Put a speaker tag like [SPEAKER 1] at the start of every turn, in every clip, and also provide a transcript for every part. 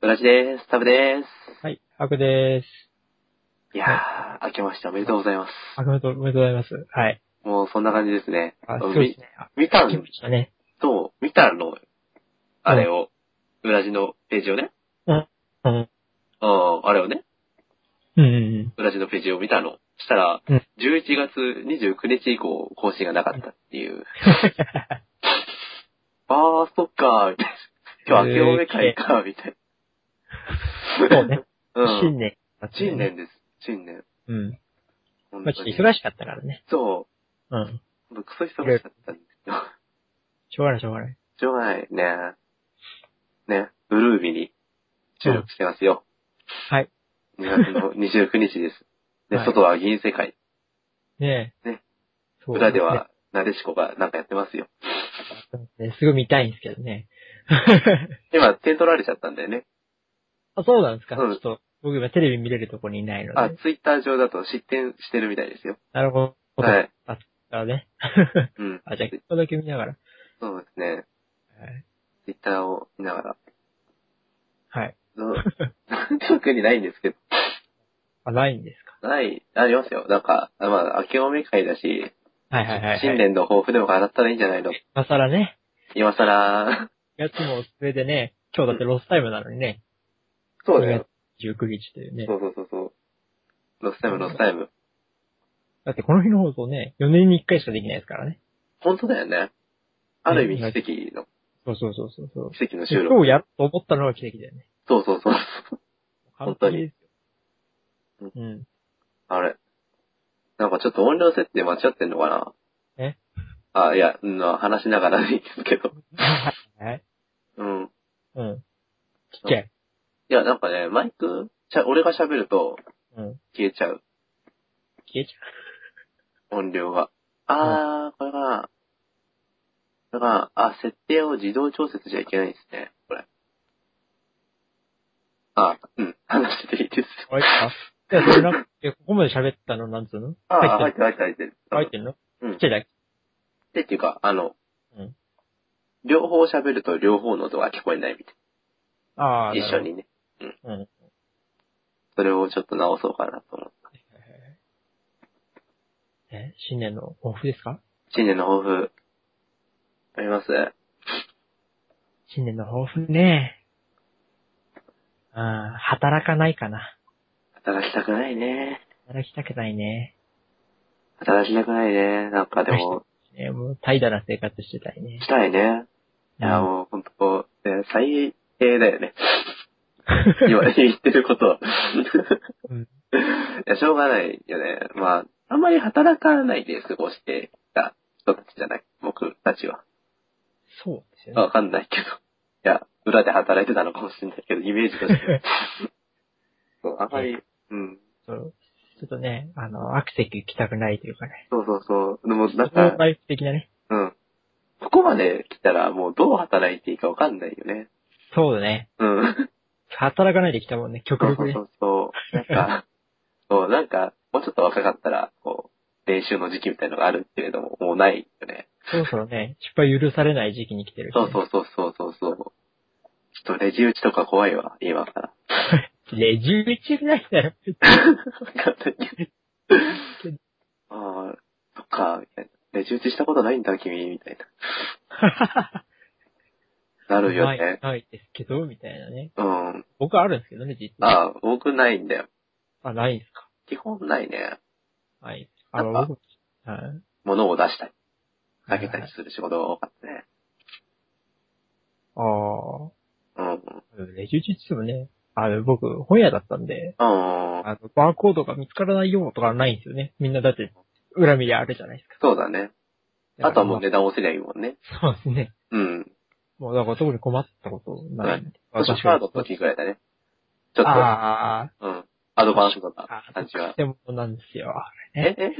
[SPEAKER 1] ラジです。タブで
[SPEAKER 2] はい、ハクです。
[SPEAKER 1] す。いやー、明けましておめでとうございます。
[SPEAKER 2] あ、おめでとうおめでとうございます。はい。
[SPEAKER 1] もうそんな感じですね。
[SPEAKER 2] あ、す
[SPEAKER 1] うん
[SPEAKER 2] ごいですね。あ、
[SPEAKER 1] み見た
[SPEAKER 2] 来
[SPEAKER 1] ん
[SPEAKER 2] ましたね。
[SPEAKER 1] と、見たの、あれを、裏地のページをね。
[SPEAKER 2] うん。
[SPEAKER 1] うん、あれをね、
[SPEAKER 2] う んうん
[SPEAKER 1] 裏地のページを見たの。したら、
[SPEAKER 2] うん
[SPEAKER 1] 11月29日以降、更新がなかったっていう。あー、そっかー、みたいな。今日明けおめ会か、みたい
[SPEAKER 2] うん。そうね。
[SPEAKER 1] な。 うん。
[SPEAKER 2] 新年。
[SPEAKER 1] 新。年です。新年。
[SPEAKER 2] うん。
[SPEAKER 1] 本
[SPEAKER 2] まあち
[SPEAKER 1] 当
[SPEAKER 2] ょっと
[SPEAKER 1] に。
[SPEAKER 2] 忙しかったからね。
[SPEAKER 1] そ
[SPEAKER 2] うん。
[SPEAKER 1] う。僕、クソ忙しかったんですよ。
[SPEAKER 2] しょうがないしょうがない。
[SPEAKER 1] しょうがないね。ね、ブルービーに収録してますよ。
[SPEAKER 2] はい。
[SPEAKER 1] 2月の29日 です。で、
[SPEAKER 2] はい
[SPEAKER 1] 外は銀世界。
[SPEAKER 2] ねえ。
[SPEAKER 1] ね。
[SPEAKER 2] そう
[SPEAKER 1] 裏では、なでしこがなんかやってますよ。
[SPEAKER 2] ね。ねすごい見たいんですけ どね。
[SPEAKER 1] 今、点取られちゃったんだよね。
[SPEAKER 2] あ、そうなんですか。ち
[SPEAKER 1] うん
[SPEAKER 2] ょっと、僕今テレビ見れるとこにいないの
[SPEAKER 1] あ、
[SPEAKER 2] で。
[SPEAKER 1] ツイッター上だと失点してるみたいですよ。
[SPEAKER 2] なるほど。
[SPEAKER 1] はい。
[SPEAKER 2] あ、だね。
[SPEAKER 1] うん。
[SPEAKER 2] あ、じゃあ、一個だけ見ながら。
[SPEAKER 1] そうですね。
[SPEAKER 2] はい
[SPEAKER 1] ツイッターを見ながら。
[SPEAKER 2] はい。
[SPEAKER 1] そう。特にないんですけど。
[SPEAKER 2] あ、ないんです
[SPEAKER 1] ない、ありますよ。なんか、あまあ、明けおめ会だし、
[SPEAKER 2] か。はいはいはい、はい。
[SPEAKER 1] 新。年の抱負でも語ったらいいんじゃないの
[SPEAKER 2] 今更ね。
[SPEAKER 1] 今更。
[SPEAKER 2] やつもそれでね、今日だってロスタイムなのにね。
[SPEAKER 1] そうだよ。
[SPEAKER 2] 2月19日というね
[SPEAKER 1] そ。うそうそうそう。ロスタイム、ロスタイム。
[SPEAKER 2] だってこの日の放送ね、4年に1回しかできないですからね。
[SPEAKER 1] 本当だよね。ある意味奇跡の、
[SPEAKER 2] そうそうそうそうそう。
[SPEAKER 1] 奇跡の収
[SPEAKER 2] 今
[SPEAKER 1] 録。
[SPEAKER 2] 日やろうと思ったのが奇跡だよね。
[SPEAKER 1] そうそうそう。本当に
[SPEAKER 2] 完璧ですよ。うん。
[SPEAKER 1] あれ。なんかちょっと音量設定間違ってんのかな
[SPEAKER 2] え
[SPEAKER 1] あ、いや、うん、話しながらでいいんですけど。
[SPEAKER 2] はい。
[SPEAKER 1] うん。
[SPEAKER 2] うん。ちっちゃい。
[SPEAKER 1] いや、なんかね、マイク、しゃ俺が喋ると
[SPEAKER 2] うん。
[SPEAKER 1] 消えちゃう。
[SPEAKER 2] 消えち
[SPEAKER 1] 音量が。あー、これかな。だから、あ、設定を自動調節じゃいけないんですね。これ。あ、うん。話していいです。
[SPEAKER 2] ゃう。あれかいや、それなんか、えここまで喋ったのなんつうの
[SPEAKER 1] ああ、入
[SPEAKER 2] 入
[SPEAKER 1] っ
[SPEAKER 2] って
[SPEAKER 1] る入ってる入ってる。
[SPEAKER 2] た入ってんのち
[SPEAKER 1] うん
[SPEAKER 2] っちゃいだけ。
[SPEAKER 1] でっていうか、あの、
[SPEAKER 2] うん
[SPEAKER 1] 両方喋ると両方の音が聞こえないみた
[SPEAKER 2] ああ。
[SPEAKER 1] いな。一緒
[SPEAKER 2] なる
[SPEAKER 1] にね。うん。
[SPEAKER 2] ほど。うん。
[SPEAKER 1] それをちょっと直そうかなと思う。
[SPEAKER 2] え、新年の抱負ですか
[SPEAKER 1] 新年の抱負、あります
[SPEAKER 2] 新年の抱負ね。ああ、働かないかな。
[SPEAKER 1] 働きたくないね。
[SPEAKER 2] 働きたくないね。
[SPEAKER 1] 働きたくないね。なんかでも、
[SPEAKER 2] ねもう怠惰な生活してたいね
[SPEAKER 1] し。たいね。いや、
[SPEAKER 2] うん
[SPEAKER 1] もうほんとこう、ね最低だよね。今言ってる ことは。
[SPEAKER 2] うん
[SPEAKER 1] いや、しょうがないよね。まあ、あんまり働かないで過ごしてた人たちじゃない。僕たちは。
[SPEAKER 2] そうですよね。
[SPEAKER 1] わかんないけど。いや、裏で働いてたのかもしれないけど、イメージと して。そう、あまり、うん。
[SPEAKER 2] そうちょっとね、あの、アクセク行きたくないというかね。
[SPEAKER 1] そうそうそう。でも、なん
[SPEAKER 2] 相
[SPEAKER 1] か、
[SPEAKER 2] 対的なね。
[SPEAKER 1] うん。ここまで来たら、もうどう働いていいかわかんないよね。
[SPEAKER 2] そうだね。
[SPEAKER 1] うん。
[SPEAKER 2] 働かないで来たもんね、極
[SPEAKER 1] そうそ
[SPEAKER 2] 力
[SPEAKER 1] う
[SPEAKER 2] ね
[SPEAKER 1] そ。うそう。なん か、そう、なんか、もうちょっと若かったら、こう、練習の時期みたいのがあるけれども、もうないよね。
[SPEAKER 2] そろそろね、失敗許されない時期に来てるしね、
[SPEAKER 1] そうそうそうそうそうそう。ちょっとレジ打ちとか怖いわ、今から。
[SPEAKER 2] レジ打ちぐらいだよ。
[SPEAKER 1] わかんないけどああ、そっか、みたいな。レジ打ちしたことないんだ、君、みたいな。なるよ
[SPEAKER 2] ない
[SPEAKER 1] ね。
[SPEAKER 2] ないですけど、みたいなね。
[SPEAKER 1] うん。
[SPEAKER 2] 僕あるんですけどね、実は。
[SPEAKER 1] ああ、僕ないんだよ。
[SPEAKER 2] あ、ないんですか。
[SPEAKER 1] 基本ないね。
[SPEAKER 2] はい。あの、
[SPEAKER 1] なん
[SPEAKER 2] 僕、はい。
[SPEAKER 1] 物を出したり、投げたりする仕事が多かったね。
[SPEAKER 2] ああ
[SPEAKER 1] うん。
[SPEAKER 2] ー、レジ打ちって言ってもね、あの、僕、本屋だったんで、
[SPEAKER 1] うん。
[SPEAKER 2] あの、バーコードが見つからないよとかないんですよね。みんなだって、裏見りゃあるじゃないですか。
[SPEAKER 1] そうだね。あとはもう
[SPEAKER 2] ね。
[SPEAKER 1] 値段を押せりゃいいもんね。
[SPEAKER 2] そうですね。
[SPEAKER 1] うん。
[SPEAKER 2] もうだから特に困ったことないんで。
[SPEAKER 1] 図書カードの時ぐらいだね。ちょっ
[SPEAKER 2] あ
[SPEAKER 1] と、うん。アドバンスと
[SPEAKER 2] あ、
[SPEAKER 1] か
[SPEAKER 2] ああ、
[SPEAKER 1] 感じは。
[SPEAKER 2] でもなんですよ。
[SPEAKER 1] ええ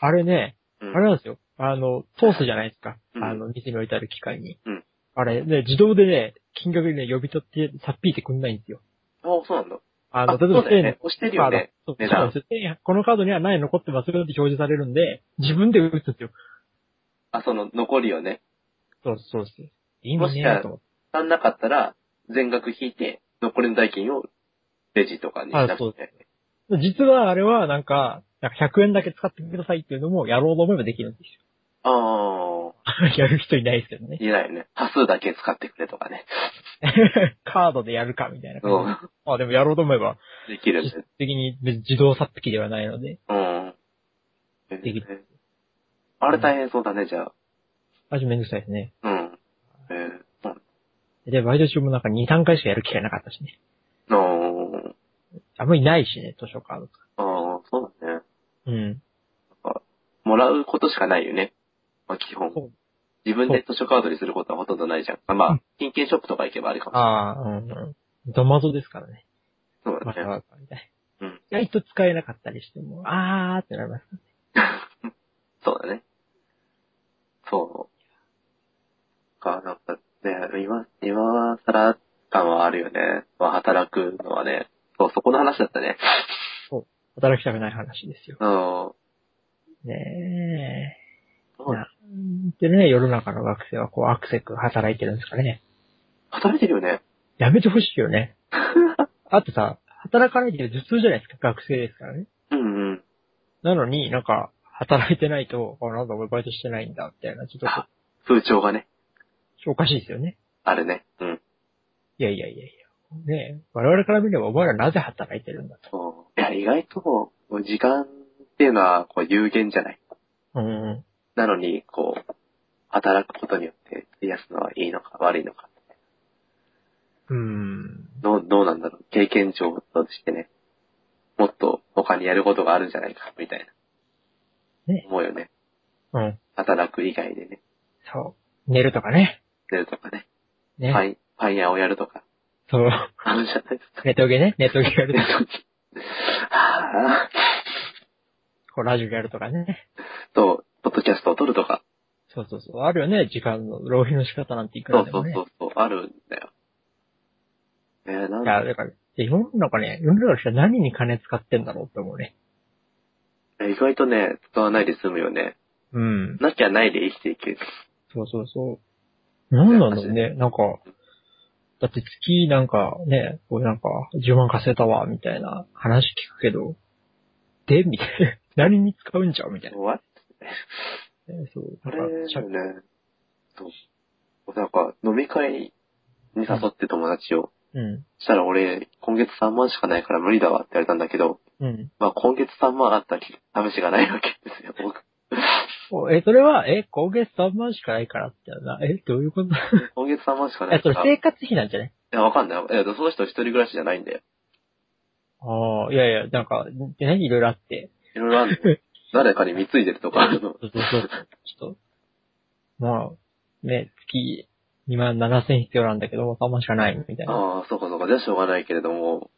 [SPEAKER 2] あれね、
[SPEAKER 1] う
[SPEAKER 2] あ
[SPEAKER 1] ん
[SPEAKER 2] れなんですよ。あの、通すじゃないですか。
[SPEAKER 1] うん
[SPEAKER 2] あの、店に置いてある機械に。
[SPEAKER 1] うん
[SPEAKER 2] あれ、ね、自動でね、金額にね、呼び取って、さっぴいてくんないんですよ。
[SPEAKER 1] あそうなんだ。
[SPEAKER 2] あ
[SPEAKER 1] あ、
[SPEAKER 2] の、
[SPEAKER 1] そ
[SPEAKER 2] 例
[SPEAKER 1] う
[SPEAKER 2] えば
[SPEAKER 1] だ
[SPEAKER 2] 1000
[SPEAKER 1] よ
[SPEAKER 2] 円
[SPEAKER 1] ね。押してる
[SPEAKER 2] ま
[SPEAKER 1] よ
[SPEAKER 2] あ
[SPEAKER 1] ね。
[SPEAKER 2] そう
[SPEAKER 1] 値
[SPEAKER 2] そう
[SPEAKER 1] 段
[SPEAKER 2] なんですよ。でこのカードには何円残ってますよって表示されるんで、自分で打つんですよ。
[SPEAKER 1] あ、その、残りをね。
[SPEAKER 2] そうそうそう。いい
[SPEAKER 1] も
[SPEAKER 2] も
[SPEAKER 1] し
[SPEAKER 2] ね
[SPEAKER 1] か
[SPEAKER 2] と思って。
[SPEAKER 1] 足んなかったら、全額引いて、残りの代金をレジとかにしな
[SPEAKER 2] あそう
[SPEAKER 1] くて。
[SPEAKER 2] 実はあれはなんか、なんか100円だけ使ってくださいっていうのもやろうと思えばできるんです
[SPEAKER 1] ああ、
[SPEAKER 2] よ。 やる人いないですけどね。
[SPEAKER 1] 言えないよね。端数だけ使ってくれとかね。
[SPEAKER 2] カードでやるかみたいな
[SPEAKER 1] う
[SPEAKER 2] 感じ。
[SPEAKER 1] ん。
[SPEAKER 2] まあでもやろうと思えば、
[SPEAKER 1] できる
[SPEAKER 2] 実
[SPEAKER 1] ね
[SPEAKER 2] 質。的に別に自動殺匹ではないので。
[SPEAKER 1] うん。
[SPEAKER 2] できる
[SPEAKER 1] あれ大変そうだね、じゃあ。
[SPEAKER 2] あ、ちょっとめんどくさいですね。
[SPEAKER 1] うん。えー、そう
[SPEAKER 2] で、バイト中もなんか2、3回しかやる機会なかったしね。
[SPEAKER 1] あー
[SPEAKER 2] あんまりないしね、図書カードとか。
[SPEAKER 1] あー、そうだね。
[SPEAKER 2] うん。
[SPEAKER 1] もらうことしかないよね。まあ、基本
[SPEAKER 2] そう。
[SPEAKER 1] 自分で図書カードにすることはほとんどないじゃん。あまあ、金券ショップとか行けばあるかもし
[SPEAKER 2] ああ、うん、うん。ドマゾですからね。
[SPEAKER 1] れない。そう
[SPEAKER 2] わざ
[SPEAKER 1] だね。
[SPEAKER 2] わざみたいな。
[SPEAKER 1] うん
[SPEAKER 2] 意外と使えなかったりしても、あーってなります。
[SPEAKER 1] そうだね。そう。か、なんか、ね、今、今更感はあるよね。まあ、働くのはね。そう、そこの話だったね。
[SPEAKER 2] 働きたくない話ですよ。
[SPEAKER 1] うん。
[SPEAKER 2] ね
[SPEAKER 1] そうだね
[SPEAKER 2] え。でね、世の中の学生はこう、アクセク働いてるんですかね。
[SPEAKER 1] 働いてるよね。
[SPEAKER 2] やめてほしいよね。あとさ、働かないで頭痛じゃないですか、学生ですからね。
[SPEAKER 1] うんうん。
[SPEAKER 2] なのになんか、働いてないと、あ、なんだ俺バイトしてないんだ、みたいな、ちょっとこ
[SPEAKER 1] あ風潮がね、
[SPEAKER 2] う、おかしいですよね。
[SPEAKER 1] あるね。うん。
[SPEAKER 2] いやいやいやいや。ねえ、我々から見ればお前らなぜ働いてるんだと。
[SPEAKER 1] そう。いや、意外と、時間っていうのは、こう、有限じゃない。
[SPEAKER 2] うん。
[SPEAKER 1] なのに、こう、働くことによって、費やすのはいいのか悪いのか。
[SPEAKER 2] うん。
[SPEAKER 1] どう、どうなんだろう。経験値をとしてね、もっと他にやることがあるんじゃないか、みたいな。
[SPEAKER 2] ね
[SPEAKER 1] 思うよね。
[SPEAKER 2] うん。
[SPEAKER 1] 働く以外でね、
[SPEAKER 2] そう。寝るとかね。
[SPEAKER 1] 寝るとかね、
[SPEAKER 2] ね。
[SPEAKER 1] パン、パン屋をやるとか、
[SPEAKER 2] そう。
[SPEAKER 1] あるじゃないですか。
[SPEAKER 2] ネトゲね。ネトゲやると
[SPEAKER 1] 寝
[SPEAKER 2] か
[SPEAKER 1] るとき。はぁ
[SPEAKER 2] こうラジオやるとかね。
[SPEAKER 1] と、ポッドキャストを撮るとか。
[SPEAKER 2] そうそうそう。あるよね。時間の浪費の仕方なんていく
[SPEAKER 1] そ
[SPEAKER 2] ら
[SPEAKER 1] う
[SPEAKER 2] で
[SPEAKER 1] そ
[SPEAKER 2] も
[SPEAKER 1] う
[SPEAKER 2] ね。
[SPEAKER 1] そうそう、あるんだよ。えー、なん
[SPEAKER 2] い
[SPEAKER 1] だ
[SPEAKER 2] や、だから、で世の中ね、世の中の人は何に金使ってんだろうって思うね。
[SPEAKER 1] 意外とね、使わないで済むよね。
[SPEAKER 2] うん。
[SPEAKER 1] なきゃないで生きていける。そう
[SPEAKER 2] そうそう。なんなんだろうね。なんか、だって月なんかね、これなんか10万稼いだわ、みたいな話聞くけど、でみたいな。 何に使うんじゃんみたいな。
[SPEAKER 1] わ
[SPEAKER 2] そう。
[SPEAKER 1] あ
[SPEAKER 2] な
[SPEAKER 1] れ
[SPEAKER 2] んか、
[SPEAKER 1] だ
[SPEAKER 2] 社
[SPEAKER 1] よね。そう。なんか、飲み会に誘って友達を。
[SPEAKER 2] うん。
[SPEAKER 1] したら俺、今月3万しかないから無理だわって言われたんだけど、
[SPEAKER 2] うん。
[SPEAKER 1] まあ今月3万あったら試しがないわけですよ、僕。
[SPEAKER 2] おえ、それは、え、今月3万しかないからってやな。え、どういうこと
[SPEAKER 1] 今月3万しかない、
[SPEAKER 2] えそ
[SPEAKER 1] か
[SPEAKER 2] れ
[SPEAKER 1] ら。
[SPEAKER 2] 生
[SPEAKER 1] い
[SPEAKER 2] 活費なんじゃない
[SPEAKER 1] や、わかんない。いや、その人一人暮らしじゃないんだよ。
[SPEAKER 2] ああ、いやいや、なんか、何いろいろあって。
[SPEAKER 1] いろいろあるの。誰かに貢いでるとかあるの。
[SPEAKER 2] そうそうそう。ちょっと、まあ、ね、月2万7千必要なんだけど、3万しかないみたいな。
[SPEAKER 1] ああ、そうかそうか。じゃあしょうがないけれど も。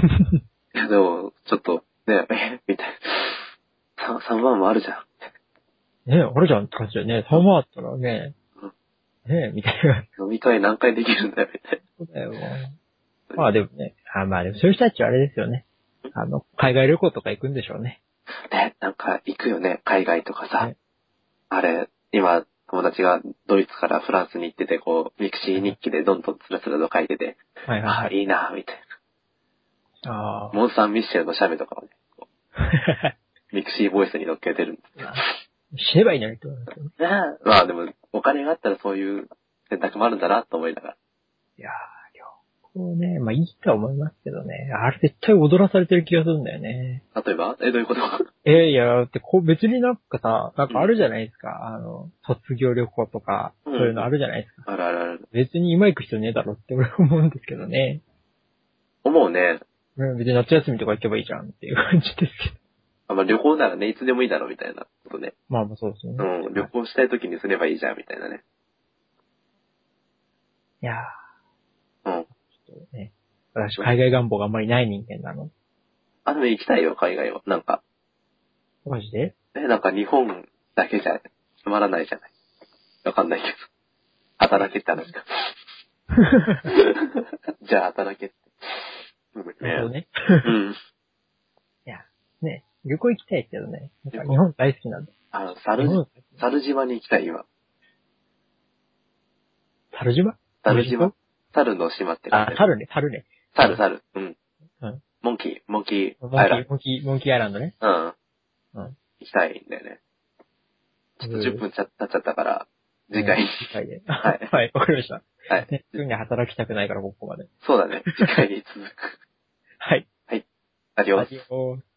[SPEAKER 1] いや、でも、ちょっと、ね、え、みたいな。3, 万もあるじゃん。
[SPEAKER 2] ねあれじゃんって感じだよね。3万あったらね、ねみたいな。
[SPEAKER 1] 飲み会何回できるんだよ、みたい
[SPEAKER 2] そうだよ。まあでもね、あまあでもそういう人たちはあれですよね。あの、海外旅行とか行くんでしょうね。
[SPEAKER 1] な。ね、なんか行くよね、海外とかさ。
[SPEAKER 2] ね
[SPEAKER 1] あれ、今、友達がドイツからフランスに行ってて、こう、ミクシー日記でどんどんつらつらと書いてて、
[SPEAKER 2] はいはい
[SPEAKER 1] あ
[SPEAKER 2] は
[SPEAKER 1] あ、
[SPEAKER 2] い。
[SPEAKER 1] いいな、みたい
[SPEAKER 2] あ
[SPEAKER 1] な。モンサンミッシェルのシャメとかをね、
[SPEAKER 2] あ。
[SPEAKER 1] ミクシーボイスに乗っけてるんで
[SPEAKER 2] 知ればいいのにと思うんですよね。
[SPEAKER 1] すね。まあでも、お金があったらそういう選択もあるんだな、と思いながら。
[SPEAKER 2] いやー、旅行ね、まあいいとは思いますけどね。あれ絶対踊らされてる気がするんだよね。
[SPEAKER 1] 例えばえ、どういうこと
[SPEAKER 2] えー、いや、だってこう別になんかさ、なんかあるじゃないですか。あの、卒業旅行とか、
[SPEAKER 1] う
[SPEAKER 2] そ
[SPEAKER 1] ん
[SPEAKER 2] ういうのあるじゃないですか。
[SPEAKER 1] あるあるある。
[SPEAKER 2] 別に今行く必要ねえだろって 俺は思うんですけどね。
[SPEAKER 1] 思うね。
[SPEAKER 2] うん、別に夏休みとか行けばいいじゃんっていう感じですけど。
[SPEAKER 1] あまあ、旅行ならね、いつでもいいだろ、みたいなことね。
[SPEAKER 2] まあまあそうですよ
[SPEAKER 1] う
[SPEAKER 2] ね。
[SPEAKER 1] ん、旅行したい時にすればいいじゃん、みたいなね。
[SPEAKER 2] いやー
[SPEAKER 1] うん。
[SPEAKER 2] ちょっとね、私海外願望があんまりない人間なの。
[SPEAKER 1] あ、でも行きたいよ、海外は。なんか。
[SPEAKER 2] マジで
[SPEAKER 1] え、なんか日本だけじゃつまらないじゃない。わかんないけど。働けって話 か。じゃあ働けって。
[SPEAKER 2] なるほ どね。
[SPEAKER 1] うん。
[SPEAKER 2] ね、旅行行きたいですけどね。なんか日本大好きなんで。
[SPEAKER 1] あの、
[SPEAKER 2] 日
[SPEAKER 1] 猿、
[SPEAKER 2] 本、
[SPEAKER 1] 猿島に行きたい、今。
[SPEAKER 2] 猿島
[SPEAKER 1] 猿島猿の島って
[SPEAKER 2] あ
[SPEAKER 1] 感、じ。
[SPEAKER 2] 猿ね、猿ね。
[SPEAKER 1] 猿、猿。うん。
[SPEAKER 2] うん
[SPEAKER 1] モンキー、モンキ
[SPEAKER 2] モン
[SPEAKER 1] ー、
[SPEAKER 2] キ
[SPEAKER 1] あら、
[SPEAKER 2] ー、モンキー、モンキーアイランドね。
[SPEAKER 1] うん。
[SPEAKER 2] うん。
[SPEAKER 1] 行きたいんだよね。ちょっと10分ちゃ経っちゃったから、次回に。
[SPEAKER 2] 次回で。
[SPEAKER 1] は
[SPEAKER 2] はいい。 はい、わかりました。
[SPEAKER 1] はい。
[SPEAKER 2] ね、すぐに働きたくないから、ここまで。
[SPEAKER 1] そうだね。次回に続く。
[SPEAKER 2] はい。
[SPEAKER 1] アディオ
[SPEAKER 2] ア
[SPEAKER 1] ス
[SPEAKER 2] ディオース